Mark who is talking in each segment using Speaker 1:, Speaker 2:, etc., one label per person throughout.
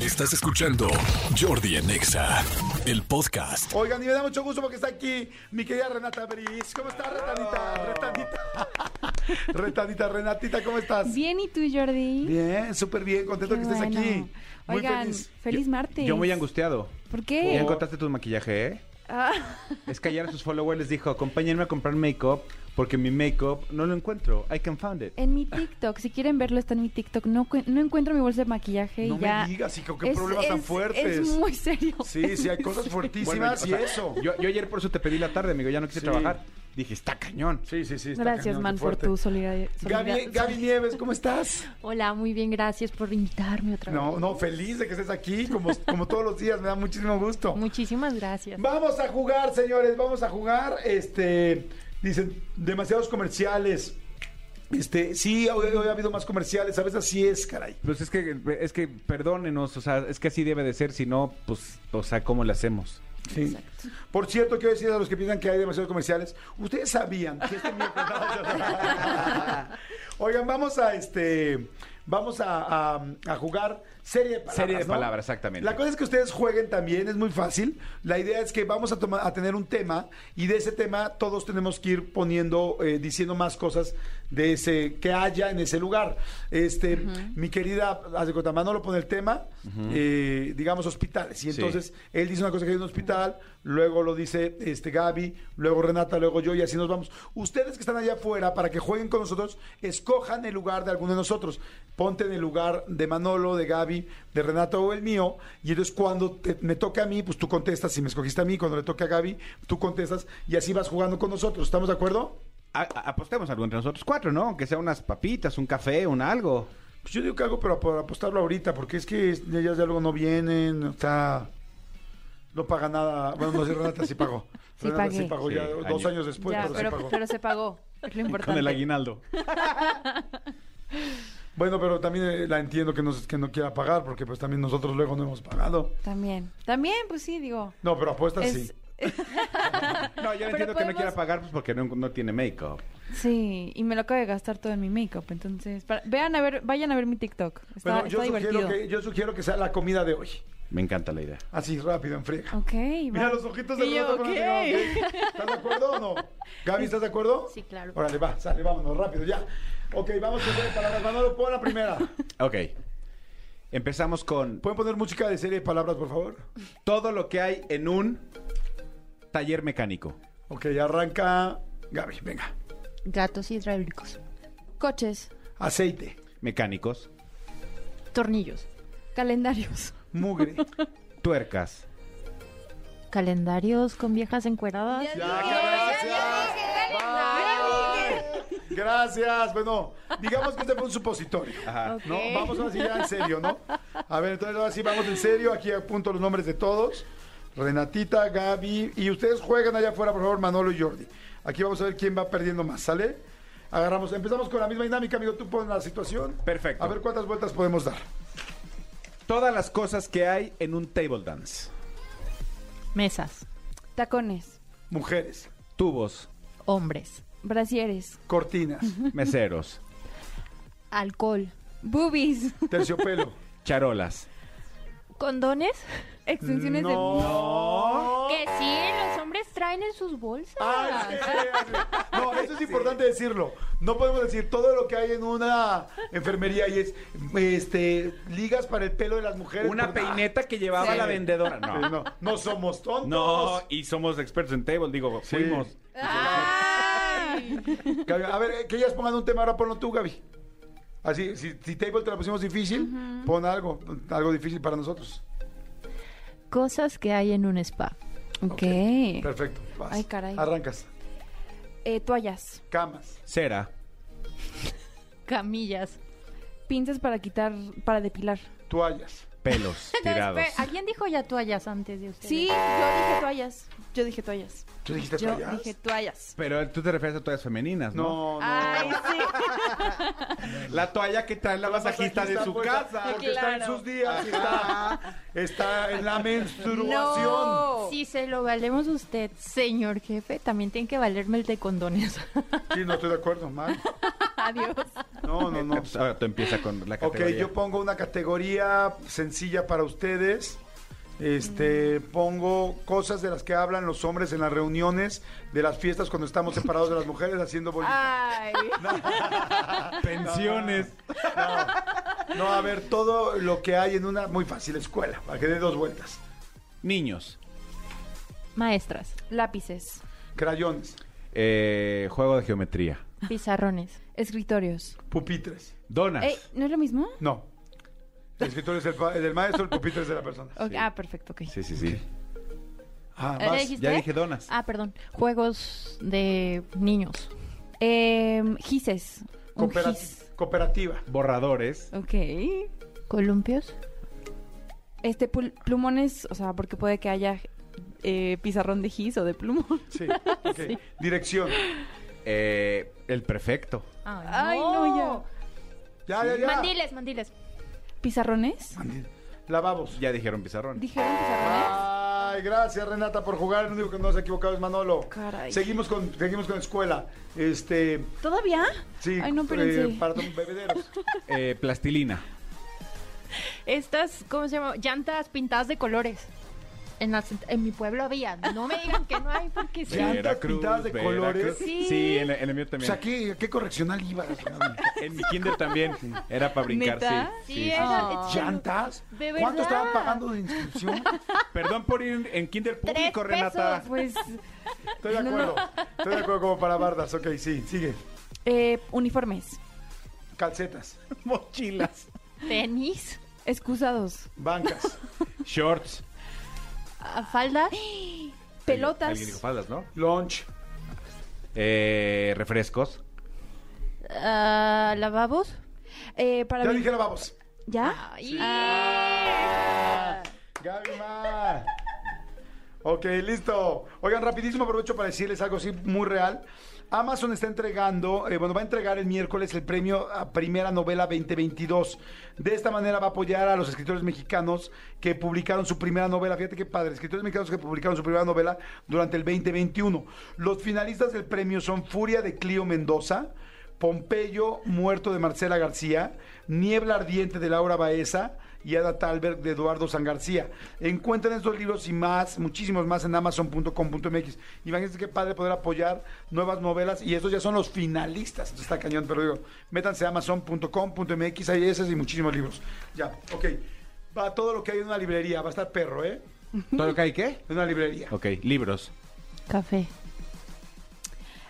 Speaker 1: Estás escuchando Jordi en Exa, el podcast.
Speaker 2: Oigan, y me da mucho gusto porque está aquí mi querida Renata Briz. ¿Cómo estás, Retanita? Retanita. Retanita, Renatita, ¿cómo estás?
Speaker 3: Bien, ¿y tú, Jordi?
Speaker 2: Bien, súper bien, contento
Speaker 3: Qué
Speaker 2: que estés
Speaker 3: bueno.
Speaker 2: aquí. Muy
Speaker 3: Oigan,
Speaker 2: feliz.
Speaker 3: feliz,
Speaker 4: Yo-
Speaker 3: martes.
Speaker 4: Yo muy angustiado.
Speaker 3: ¿Por
Speaker 4: ¿Ya
Speaker 3: qué?
Speaker 4: encontraste tu maquillaje, eh?
Speaker 3: Ah,
Speaker 4: Es que ayer a sus followers les dijo, acompáñenme a comprar make-up, porque mi make-up no lo encuentro. I can found it.
Speaker 3: en mi TikTok, si quieren verlo, está en mi TikTok. No, cu- no encuentro mi bolsa de maquillaje
Speaker 2: No
Speaker 3: y eh, ya.
Speaker 2: me digas, y con qué
Speaker 3: Es-
Speaker 2: problemas tan
Speaker 3: es-
Speaker 2: fuertes.
Speaker 3: Es muy serio.
Speaker 2: Sí, sí, hay cosas
Speaker 4: Bueno, o
Speaker 2: fuertísimas
Speaker 4: sea,
Speaker 2: y eso.
Speaker 4: Yo, yo ayer por eso te pedí la tarde, amigo, ya no quise
Speaker 2: Sí.
Speaker 4: trabajar. Dije, está cañón.
Speaker 2: Sí, sí, sí. está
Speaker 3: Gracias,
Speaker 2: cañón,
Speaker 3: man,
Speaker 2: qué
Speaker 3: por
Speaker 2: fuerte.
Speaker 3: tu solidaridad.
Speaker 2: Gaby, Gaby Nieves, ¿cómo estás?
Speaker 5: Hola, muy bien, gracias por invitarme otra vez.
Speaker 2: No, no, feliz de que estés aquí, como, como todos los días, me da muchísimo gusto.
Speaker 5: Muchísimas gracias.
Speaker 2: Vamos a jugar, señores, vamos a jugar. Este, dicen, demasiados comerciales. Este, sí, hoy, hoy ha habido más comerciales, a veces así es, caray.
Speaker 4: Pues es que, es que, perdónenos, o sea, es que así debe de ser, si no, pues, o sea, ¿cómo le hacemos?
Speaker 2: Sí. Por cierto, quiero decir a los que piensan que hay demasiados comerciales, ustedes sabían que este miércoles- Oigan, vamos a este. Vamos a, a- a jugar serie de palabras.
Speaker 4: Serie de
Speaker 2: ¿no?
Speaker 4: palabras, exactamente.
Speaker 2: La cosa es que ustedes jueguen también, es muy fácil. La idea es que vamos a, tomar, a tener un tema y de ese tema todos tenemos que ir poniendo, eh, diciendo más cosas de ese que haya en ese lugar. Este, Mi querida Azecotamá no lo pone el tema, eh, digamos hospitales. Y
Speaker 4: Sí.
Speaker 2: entonces él dice una cosa que hay en un hospital, luego lo dice este Gaby, luego Renata, luego yo y así nos vamos. Ustedes que están allá afuera, para que jueguen con nosotros, escojan el lugar de alguno de nosotros. Ponte en el lugar de Manolo, de Gaby, de Renata o el mío. Y entonces cuando te- me toque a mí, pues tú contestas. Si me escogiste a mí, cuando le toque a Gaby, tú contestas y así vas jugando con nosotros. ¿Estamos de acuerdo?
Speaker 4: A- a- apostemos algo entre nosotros cuatro, ¿no? Aunque sea unas papitas, un café, un algo.
Speaker 2: Pues yo digo que algo, pero para apostarlo ahorita, porque es que es- ellas de algo no vienen, o sea, no paga nada. Bueno, no sé, Renata sí pagó.
Speaker 3: Sí
Speaker 2: Renata sí
Speaker 3: pagué.
Speaker 2: pagó
Speaker 4: Sí,
Speaker 2: ya
Speaker 4: año.
Speaker 2: dos años después,
Speaker 3: Ya,
Speaker 2: pues, pero, sí
Speaker 3: pero,
Speaker 2: pagó.
Speaker 3: pero se pagó. Es lo importante.
Speaker 4: Con el aguinaldo.
Speaker 2: Bueno, pero también eh, la entiendo que no, que no quiera pagar, porque pues también nosotros luego no hemos pagado.
Speaker 3: También. También, pues sí, digo.
Speaker 2: No, pero apuestas
Speaker 3: es-
Speaker 2: Pues sí.
Speaker 4: No, yo
Speaker 3: Pero
Speaker 4: entiendo que no
Speaker 3: podemos-
Speaker 4: quiera pagar pues, porque no, no tiene make-up.
Speaker 3: Sí, y me lo acabo de gastar todo en mi make-up. Entonces, para- vean a ver, vayan a ver mi TikTok. Está,
Speaker 2: Bueno, yo
Speaker 3: está
Speaker 2: sugiero,
Speaker 3: divertido.
Speaker 2: que, yo sugiero que sea la comida de hoy.
Speaker 4: Me encanta la idea.
Speaker 2: Así, rápido, en friega.
Speaker 3: Ok,
Speaker 2: Mira
Speaker 3: va.
Speaker 2: los ojitos del
Speaker 3: Y yo,
Speaker 2: rato con la mirada,
Speaker 3: ok.
Speaker 2: ¿ok? ¿Estás de acuerdo o no? Gaby, ¿estás de acuerdo?
Speaker 5: Sí, claro.
Speaker 2: Órale, va, sale, vámonos, rápido, ya. Ok, vamos con serie de palabras. Manolo, pon la primera.
Speaker 4: Ok. Empezamos con
Speaker 2: ¿Pueden poner música de serie de palabras, por favor?
Speaker 4: todo lo que hay en un taller mecánico.
Speaker 2: Ok, arranca Gaby, venga.
Speaker 5: Gatos hidráulicos.
Speaker 3: Coches,
Speaker 2: Aceite,
Speaker 4: Mecánicos,
Speaker 5: Tornillos.
Speaker 3: calendarios,
Speaker 2: mugre.
Speaker 4: tuercas,
Speaker 5: Calendarios con viejas encueradas.
Speaker 2: Ya, gracias. Bye. Gracias. Bueno, digamos que este fue un supositorio.
Speaker 4: Ajá.
Speaker 2: ¿no? Vamos ahora sí ya en serio, ¿no? A ver, entonces ahora sí vamos en serio. Aquí apunto los nombres de todos. Renatita, Gaby. Y ustedes juegan allá afuera, por favor, Manolo y Jordi. Aquí vamos a ver quién va perdiendo más, ¿sale? Agarramos, empezamos con la misma dinámica, amigo. Tú pon la situación.
Speaker 4: Perfecto.
Speaker 2: A ver cuántas vueltas podemos dar.
Speaker 4: todas las cosas que hay en un table dance.
Speaker 5: Mesas.
Speaker 3: tacones,
Speaker 2: Mujeres,
Speaker 4: Tubos,
Speaker 5: Hombres.
Speaker 3: brasieres,
Speaker 2: cortinas,
Speaker 4: meseros,
Speaker 5: Alcohol.
Speaker 3: boobies,
Speaker 2: terciopelo.
Speaker 4: charolas.
Speaker 5: ¿Condones?
Speaker 3: extensiones de...
Speaker 2: No.
Speaker 5: Que sí, los hombres traen en sus bolsas.
Speaker 2: Ah, sí, sí, sí. No, eso es importante decirlo. No podemos decir todo lo que hay en una enfermería y es este ligas para el pelo de las mujeres.
Speaker 4: Una
Speaker 2: Por-
Speaker 4: peineta que llevaba
Speaker 3: Sí.
Speaker 4: la vendedora.
Speaker 2: Ah,
Speaker 4: No.
Speaker 2: no, no somos tontos.
Speaker 4: No, y somos expertos en table, digo,
Speaker 2: Sí.
Speaker 4: fuimos.
Speaker 3: Ah.
Speaker 2: Gaby, a ver, eh, que ellas pongan un tema, ahora ponlo tú, Gaby. Así, si, si table te la pusimos difícil, pon algo, algo difícil para nosotros.
Speaker 5: Cosas que hay en un spa.
Speaker 3: Ok.
Speaker 5: Eh,
Speaker 2: Perfecto. vas.
Speaker 3: Ay, caray.
Speaker 2: Arrancas.
Speaker 3: Eh, toallas,
Speaker 2: Camas.
Speaker 4: Cera,
Speaker 5: Camillas.
Speaker 3: pinzas para quitar, para depilar.
Speaker 2: Toallas.
Speaker 4: pelos tirados.
Speaker 5: ¿Alguien dijo ya toallas antes de usted?
Speaker 3: Sí, yo dije toallas. Yo dije toallas.
Speaker 2: ¿Tú dijiste
Speaker 3: Yo
Speaker 2: toallas?
Speaker 3: dije Ah, toallas.
Speaker 4: Pero tú te refieres a toallas femeninas, ¿no?
Speaker 2: No, no.
Speaker 3: Ay, sí.
Speaker 4: La toalla que trae la masajista de su
Speaker 2: pues,
Speaker 4: casa.
Speaker 2: Porque está en sus días, está, está en la menstruación.
Speaker 3: No.
Speaker 5: Si se lo valemos a usted, señor jefe, también tiene que valerme el de condones.
Speaker 2: Sí, no estoy de acuerdo, mal.
Speaker 3: Adiós.
Speaker 2: No, no, no.
Speaker 4: Pues ahora tú empieza con la
Speaker 2: Ok,
Speaker 4: categoría.
Speaker 2: yo pongo una categoría sencilla para ustedes. Este,
Speaker 4: Mm.
Speaker 2: pongo cosas de las que hablan los hombres en las reuniones, de las fiestas cuando estamos separados de las mujeres haciendo
Speaker 3: Ah.
Speaker 2: bolita.
Speaker 3: Ay.
Speaker 4: Pensiones.
Speaker 2: No, a ver, todo lo que hay en una muy fácil escuela, para que dé dos vueltas.
Speaker 4: Niños.
Speaker 5: Maestras,
Speaker 3: Lápices.
Speaker 2: Crayones,
Speaker 4: Eh, juego de geometría.
Speaker 5: pizarrones,
Speaker 3: Escritorios.
Speaker 2: pupitres.
Speaker 4: Donas.
Speaker 3: Ey, ¿No es lo mismo?
Speaker 2: No. El escritorio es el, fa- el del maestro, el pupitre es de la persona.
Speaker 3: Ok,
Speaker 4: Sí.
Speaker 3: Ah, perfecto, ok.
Speaker 4: Sí, sí, sí.
Speaker 2: Ah,
Speaker 4: Eh,
Speaker 5: ¿Ya
Speaker 2: vas.
Speaker 5: dijiste?
Speaker 4: Ya dije donas.
Speaker 5: Ah, perdón. Juegos de niños.
Speaker 3: Em, gises. Un
Speaker 2: Coopera-
Speaker 3: gis.
Speaker 2: cooperativa.
Speaker 4: Borradores.
Speaker 3: Ok.
Speaker 5: Columpios.
Speaker 3: Este, pul- plumones, o sea, porque puede que haya eh, pizarrón de gis o de plumón.
Speaker 2: Sí, ok. Dirección.
Speaker 4: Eh, el prefecto.
Speaker 3: Ay, no, ya.
Speaker 2: Ya, ya, ya.
Speaker 5: Mandiles, mandiles.
Speaker 3: ¿Pizarrones?
Speaker 2: Mandil. Lavabos.
Speaker 4: Ya dijeron pizarrón.
Speaker 3: ¿Dijeron pizarrones?
Speaker 2: Ay, gracias Renata por jugar. El único que no se ha equivocado es Manolo.
Speaker 3: Caray.
Speaker 2: Seguimos con, seguimos con escuela. Este,
Speaker 3: ¿Todavía?
Speaker 2: sí,
Speaker 3: Ay, no,
Speaker 2: eh,
Speaker 3: espérense.
Speaker 2: para tom- bebederos.
Speaker 4: Eh, plastilina.
Speaker 5: Estas, ¿cómo se llama? Llantas pintadas de colores. En, las- en mi pueblo había. No me digan que no hay porque sí.
Speaker 2: Llantas pintadas de colores.
Speaker 4: Sí,
Speaker 5: Sí,
Speaker 4: en, en el mío
Speaker 2: O
Speaker 4: también.
Speaker 2: sea, ¿qué, qué correccional iba?
Speaker 4: En mi kinder también. Era para brincar,
Speaker 3: ¿Neta?
Speaker 4: sí.
Speaker 5: Sí,
Speaker 4: sí, sí.
Speaker 5: era-
Speaker 2: ¿Llantas?
Speaker 5: De
Speaker 2: ¿Cuánto
Speaker 5: verdad.
Speaker 2: estaban pagando de inscripción?
Speaker 4: Perdón por ir en kinder público,
Speaker 5: Tres pesos.
Speaker 4: Renata.
Speaker 3: Pues,
Speaker 2: Estoy de acuerdo. Estoy de acuerdo como para bardas. Ok, sí, sigue.
Speaker 3: eh, uniformes.
Speaker 2: Calcetas,
Speaker 4: Mochilas.
Speaker 5: tenis,
Speaker 3: Excusados.
Speaker 2: bancas,
Speaker 4: Shorts.
Speaker 5: ah, falda,
Speaker 3: Pelotas.
Speaker 4: Alguien dijo faldas, ¿no?
Speaker 2: lunch,
Speaker 4: Eh, refrescos.
Speaker 5: ah, lavabos.
Speaker 3: Eh, para
Speaker 2: Ya
Speaker 3: mí-
Speaker 2: dije lavabos.
Speaker 3: ¿Ya?
Speaker 5: Ay.
Speaker 2: Gaby Mar. Ok, listo. Oigan, rapidísimo aprovecho para decirles algo así muy real. Amazon está entregando, eh, bueno, va a entregar el miércoles el premio a Primera Novela 2022. De esta manera va a apoyar a los escritores mexicanos que publicaron su primera novela. Fíjate qué padre, escritores mexicanos que publicaron su primera novela durante el 2021. Los finalistas del premio son Furia de Clío Mendoza, Pompeyo Muerto de Marcela García, Niebla Ardiente de Laura Baeza y Ada Talberg de Eduardo San García. Encuentran estos libros y más, muchísimos más en amazon.com.mx. Imagínense qué padre poder apoyar nuevas novelas y estos ya son los finalistas. Entonces está cañón, pero digo, métanse a amazon.com.mx, hay esos y muchísimos libros. Ya, ok. Va todo lo que hay en una librería, va a estar perro, ¿eh?
Speaker 4: ¿Todo lo que hay qué?
Speaker 2: En una librería.
Speaker 4: Ok, libros.
Speaker 5: Café.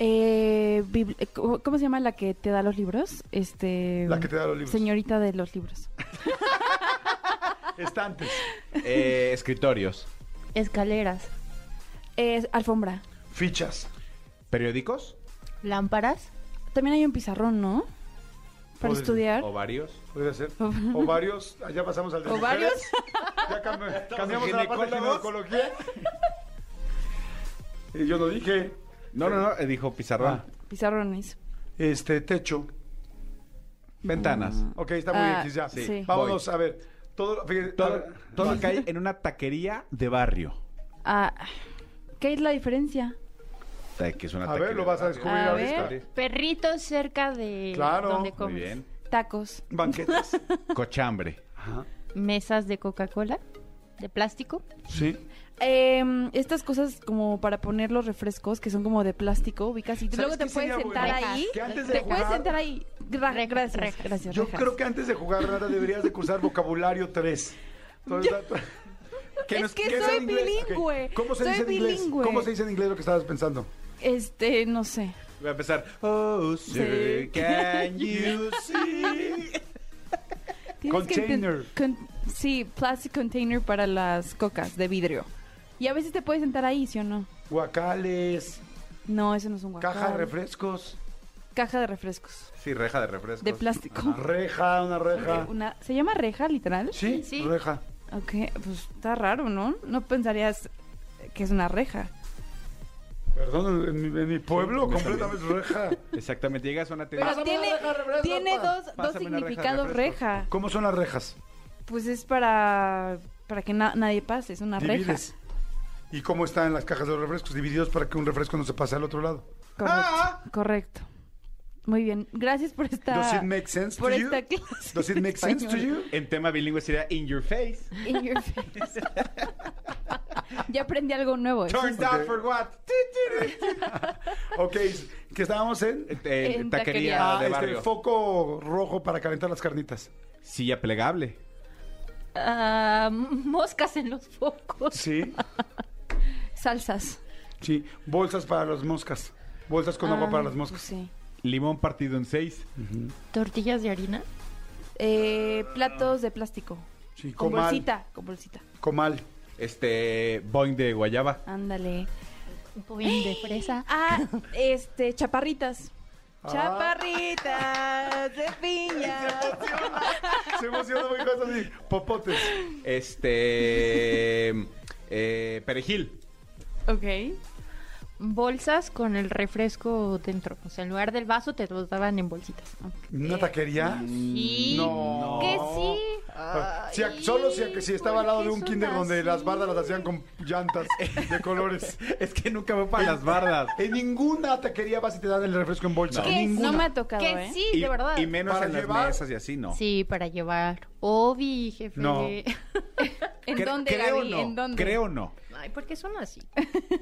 Speaker 3: Eh, bibli- eh, ¿Cómo cómo se llama la que te da los libros? Este.
Speaker 2: La que te da los libros.
Speaker 3: Señorita de los libros.
Speaker 2: Estantes,
Speaker 4: Eh, escritorios.
Speaker 5: Escaleras.
Speaker 3: Eh, alfombra.
Speaker 2: fichas.
Speaker 4: Periódicos.
Speaker 5: Lámparas.
Speaker 3: También hay un pizarrón, ¿no?
Speaker 2: Podría-
Speaker 3: Para
Speaker 2: Oh.
Speaker 3: estudiar.
Speaker 4: O varios.
Speaker 2: Podría ser. O varios. Allá pasamos al de
Speaker 3: Ovarios.
Speaker 2: mujeres. Ya cambi- cambiamos
Speaker 4: en
Speaker 2: a la parte de
Speaker 4: ginecólogos.
Speaker 2: ginecología. Y yo no dije.
Speaker 4: No, no, no, eh, dijo pizarrón.
Speaker 2: Ah.
Speaker 3: Pizarrones.
Speaker 2: Este, techo.
Speaker 4: Ventanas.
Speaker 2: Ok, está muy
Speaker 3: Ah,
Speaker 2: X ya.
Speaker 3: sí. Sí.
Speaker 2: Vámonos, a ver. Todo, fíjate, a
Speaker 4: Todo,
Speaker 2: ver,
Speaker 4: todo lo que hay en una taquería de barrio.
Speaker 3: Ah, ¿Qué es la diferencia?
Speaker 4: Ay, Que es una
Speaker 2: a ver,
Speaker 4: taquería
Speaker 2: lo
Speaker 4: de
Speaker 2: vas a
Speaker 4: barrio.
Speaker 2: descubrir
Speaker 3: A
Speaker 2: ahorita.
Speaker 3: ver.
Speaker 5: Perritos cerca de
Speaker 2: Claro.
Speaker 5: donde
Speaker 2: Muy
Speaker 5: comes.
Speaker 4: Muy bien.
Speaker 3: Tacos.
Speaker 2: Banquetas.
Speaker 4: Cochambre.
Speaker 2: Ajá.
Speaker 5: Mesas de Coca-Cola. De plástico.
Speaker 2: Sí.
Speaker 3: Em, estas cosas como para poner los refrescos que son como de plástico, ubicas y luego te
Speaker 2: qué
Speaker 3: puedes
Speaker 2: sería
Speaker 3: sentar
Speaker 2: bueno?
Speaker 3: ahí.
Speaker 2: Que antes de
Speaker 3: Te puedes
Speaker 2: jugar-
Speaker 3: sentar ahí. Gra-
Speaker 5: Rejas,
Speaker 3: gracias,
Speaker 5: rejas.
Speaker 3: gracias.
Speaker 2: Yo
Speaker 3: rejas.
Speaker 2: creo que antes de jugar, Renata, deberías de cursar vocabulario 3.
Speaker 3: Es que soy bilingüe.
Speaker 2: ¿Cómo se
Speaker 3: Soy
Speaker 2: dice en inglés?
Speaker 3: bilingüe.
Speaker 2: ¿Cómo se dice en inglés lo que estabas pensando?
Speaker 3: Este, no sé.
Speaker 4: Voy a empezar. Oh, sir,
Speaker 3: Sí.
Speaker 4: can you see?
Speaker 3: Tienes que enten-
Speaker 2: Container.
Speaker 3: con- sí, plastic container para las cocas de vidrio. Y a veces te puedes sentar ahí, ¿sí o no?
Speaker 2: Guacales,
Speaker 3: No, eso no es un guacal.
Speaker 2: caja de refrescos,
Speaker 3: Caja de refrescos.
Speaker 4: Sí, reja de refrescos.
Speaker 3: De plástico.
Speaker 2: reja, una reja.
Speaker 3: Una, ¿Se llama reja, literal?
Speaker 2: ¿Sí?
Speaker 5: Sí.
Speaker 2: reja.
Speaker 3: Ok, pues está raro, ¿no? No pensarías que es una reja.
Speaker 2: Perdón, en mi, en mi pueblo completamente reja.
Speaker 4: Exactamente, llegas a una
Speaker 3: Pero
Speaker 4: tienda.
Speaker 3: tiene,
Speaker 2: una reja, refresco,
Speaker 3: tiene
Speaker 2: pa.
Speaker 3: dos, dos
Speaker 4: Pásame una reja de
Speaker 3: significados
Speaker 4: refrescos.
Speaker 3: reja,
Speaker 2: ¿Cómo son las rejas?
Speaker 3: Pues es para, para que na- nadie pase, es una reja.
Speaker 2: Divides. ¿Y cómo están las cajas de los refrescos? Divididos para que un refresco no se pase al otro lado.
Speaker 3: Correcto. Correcto. Muy bien, gracias por esta...
Speaker 2: Does it make sense
Speaker 3: por
Speaker 2: to you?
Speaker 3: esta clase
Speaker 2: Does it
Speaker 3: de
Speaker 2: make sense to
Speaker 3: español.
Speaker 2: you?
Speaker 4: En tema bilingüe sería in your face.
Speaker 3: In your face. ya aprendí algo nuevo. ¿eh? eso
Speaker 4: Turned
Speaker 3: es-
Speaker 4: out for what?
Speaker 2: Ok, que estábamos en...
Speaker 4: Eh,
Speaker 3: En taquería.
Speaker 4: taquería
Speaker 2: Ah,
Speaker 4: de
Speaker 2: este,
Speaker 4: barrio.
Speaker 2: foco rojo para calentar las carnitas.
Speaker 4: Silla plegable.
Speaker 3: Ah, moscas en los focos.
Speaker 2: Sí,
Speaker 3: Salsas.
Speaker 2: sí. Bolsas para las moscas. Bolsas con agua
Speaker 3: Ah,
Speaker 2: para las
Speaker 3: pues
Speaker 2: moscas.
Speaker 3: sí.
Speaker 4: Limón partido en seis.
Speaker 5: ¿Tortillas de harina?
Speaker 3: Eh, platos de plástico.
Speaker 2: Sí,
Speaker 3: Con
Speaker 2: comal.
Speaker 3: bolsita, con bolsita.
Speaker 2: Comal.
Speaker 4: Este, boing de guayaba.
Speaker 3: Ándale.
Speaker 5: Un poquito de fresa.
Speaker 3: Ah, este, chaparritas.
Speaker 2: Ah.
Speaker 3: Chaparritas de piña.
Speaker 2: Se emociona muy cosas así. Popotes.
Speaker 4: Este, eh, perejil.
Speaker 3: ok.
Speaker 5: Bolsas con el refresco dentro. O sea, en lugar del vaso te los daban en bolsitas.
Speaker 2: ¿Una taquería?
Speaker 5: Sí.
Speaker 2: Mm, No.
Speaker 5: Que sí.
Speaker 2: Si a-
Speaker 5: Ay,
Speaker 2: solo si, a- si estaba al lado de un
Speaker 5: ¿por qué
Speaker 2: kinder
Speaker 5: son
Speaker 2: donde las
Speaker 5: así?
Speaker 2: bardas las hacían con llantas de colores.
Speaker 4: Es que nunca voy para las bardas.
Speaker 2: En ninguna taquería vas y te dan el refresco en bolsa.
Speaker 4: No.
Speaker 3: ¿Qué?
Speaker 2: Ninguna.
Speaker 3: No me ha tocado,
Speaker 5: Que
Speaker 3: ¿eh?
Speaker 5: sí,
Speaker 4: Y,
Speaker 5: de verdad.
Speaker 4: y menos
Speaker 2: ¿Para
Speaker 4: en las
Speaker 2: llevar?
Speaker 4: mesas y así, no.
Speaker 5: Sí, para llevar. Obi, jefe.
Speaker 2: No.
Speaker 5: de-
Speaker 3: ¿En
Speaker 4: Cre-
Speaker 3: dónde,
Speaker 4: creo
Speaker 3: Gaby?
Speaker 4: no,
Speaker 3: ¿En dónde?
Speaker 4: Creo no.
Speaker 5: Ay, ¿por qué son así?
Speaker 2: Creo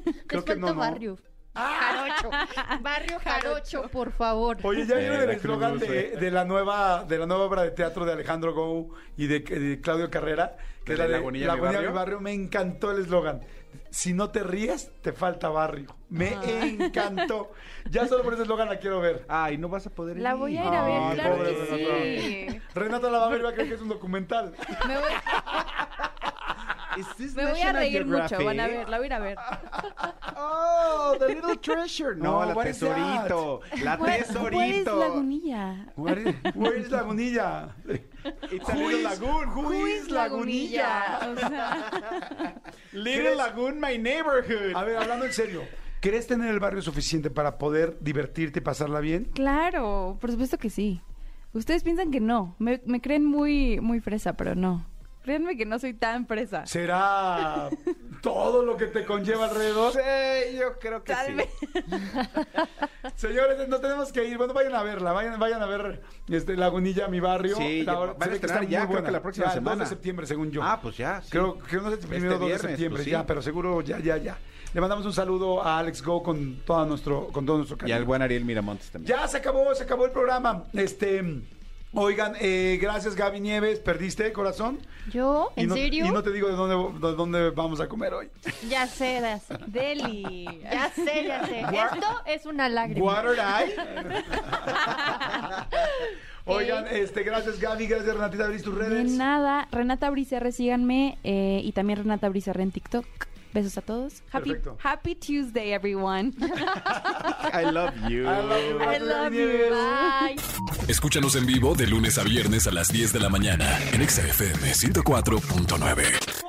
Speaker 5: Les
Speaker 2: que
Speaker 5: falta
Speaker 2: no, no.
Speaker 5: barrio. Jarocho. Barrio Jarocho, por favor.
Speaker 2: Oye, ya
Speaker 4: Eh,
Speaker 2: vieron el
Speaker 4: Veracruz,
Speaker 2: eslogan de,
Speaker 4: güey.
Speaker 2: de la nueva de la nueva obra de teatro de Alejandro Gou y de, de Claudio Carrera, que
Speaker 4: ¿De
Speaker 2: es la de
Speaker 4: La Agonía, mi
Speaker 2: Agonía,
Speaker 4: barrio?
Speaker 2: Me encantó el eslogan. Si no te ríes, te falta barrio. Me encantó. Ya solo por ese eslogan la quiero ver.
Speaker 4: Ay, no vas a poder
Speaker 3: La
Speaker 4: ir.
Speaker 3: voy a ir a ver,
Speaker 2: Ay,
Speaker 3: claro
Speaker 2: pobre
Speaker 3: que sí.
Speaker 2: Renata la va a ver y va a creer que es un documental.
Speaker 3: Me voy,
Speaker 4: Is this
Speaker 3: me voy a
Speaker 4: National
Speaker 3: reír mucho,
Speaker 4: Geographic?
Speaker 3: van a ver, la voy a ir a ver.
Speaker 4: Oh, the little treasure. No,
Speaker 2: No,
Speaker 4: la
Speaker 2: what is
Speaker 4: tesorito. La
Speaker 3: ¿Cuál es
Speaker 4: tesorito.
Speaker 3: Lagunilla?
Speaker 2: Where is, where is Lagunilla?
Speaker 4: It's a little lagoon.
Speaker 2: Who is Lagunilla?
Speaker 3: O sea,
Speaker 4: Little Lagoon, my neighborhood.
Speaker 2: A ver, hablando en serio, ¿querés tener el barrio suficiente para poder divertirte y pasarla bien?
Speaker 3: claro, por supuesto que sí. Ustedes piensan que no. Me, me creen muy, muy fresa, pero no. Créanme que no soy tan fresa.
Speaker 2: ¿Será todo lo que te conlleva alrededor?
Speaker 4: Sí, yo creo que
Speaker 3: Tal
Speaker 4: sí.
Speaker 3: vez.
Speaker 2: Señores, no tenemos que ir. Bueno, vayan a verla, vayan, vayan a ver este Lagunilla, mi barrio.
Speaker 4: Sí,
Speaker 2: La-
Speaker 4: ya-
Speaker 2: se
Speaker 4: van a
Speaker 2: ve que está
Speaker 4: estrenar ya,
Speaker 2: muy
Speaker 4: creo
Speaker 2: buena.
Speaker 4: que la próxima
Speaker 2: Ya, el 2
Speaker 4: semana.
Speaker 2: de septiembre, según yo.
Speaker 4: Ah, pues ya, sí.
Speaker 2: Creo que no sé si primero 2
Speaker 4: Este
Speaker 2: de
Speaker 4: viernes,
Speaker 2: septiembre,
Speaker 4: pues sí.
Speaker 2: ya, pero seguro ya, ya, ya. Le mandamos un saludo a Alex Go con todo nuestro, con todo nuestro
Speaker 4: Y
Speaker 2: cariño.
Speaker 4: al buen Ariel Miramontes también.
Speaker 2: Ya se acabó, se acabó el programa. Este, oigan, eh, gracias Gaby Nieves, perdiste corazón.
Speaker 5: ¿Yo?
Speaker 2: Y
Speaker 5: ¿En
Speaker 2: no-
Speaker 5: serio?
Speaker 2: Y no te digo de dónde, de dónde vamos a comer hoy.
Speaker 5: Ya sé, ya sé.
Speaker 3: Deli.
Speaker 5: Ya sé, ya sé.
Speaker 2: Gua-
Speaker 5: Esto es una lágrima.
Speaker 2: Water Eye. Oigan, este, gracias Gaby, gracias Renatita, abrís tus
Speaker 3: De
Speaker 2: redes.
Speaker 3: nada, Renata Bricerre, síganme. eh, y también Renata Bricerre en TikTok. Besos a todos. Happy,
Speaker 2: Perfecto.
Speaker 3: happy Tuesday, everyone.
Speaker 4: I love you.
Speaker 2: I love you,
Speaker 3: I
Speaker 2: Renata
Speaker 3: love
Speaker 2: Nieves.
Speaker 3: you. Bye.
Speaker 1: Escúchanos en vivo de lunes a viernes a las 10 de la mañana en Exa FM 104.9.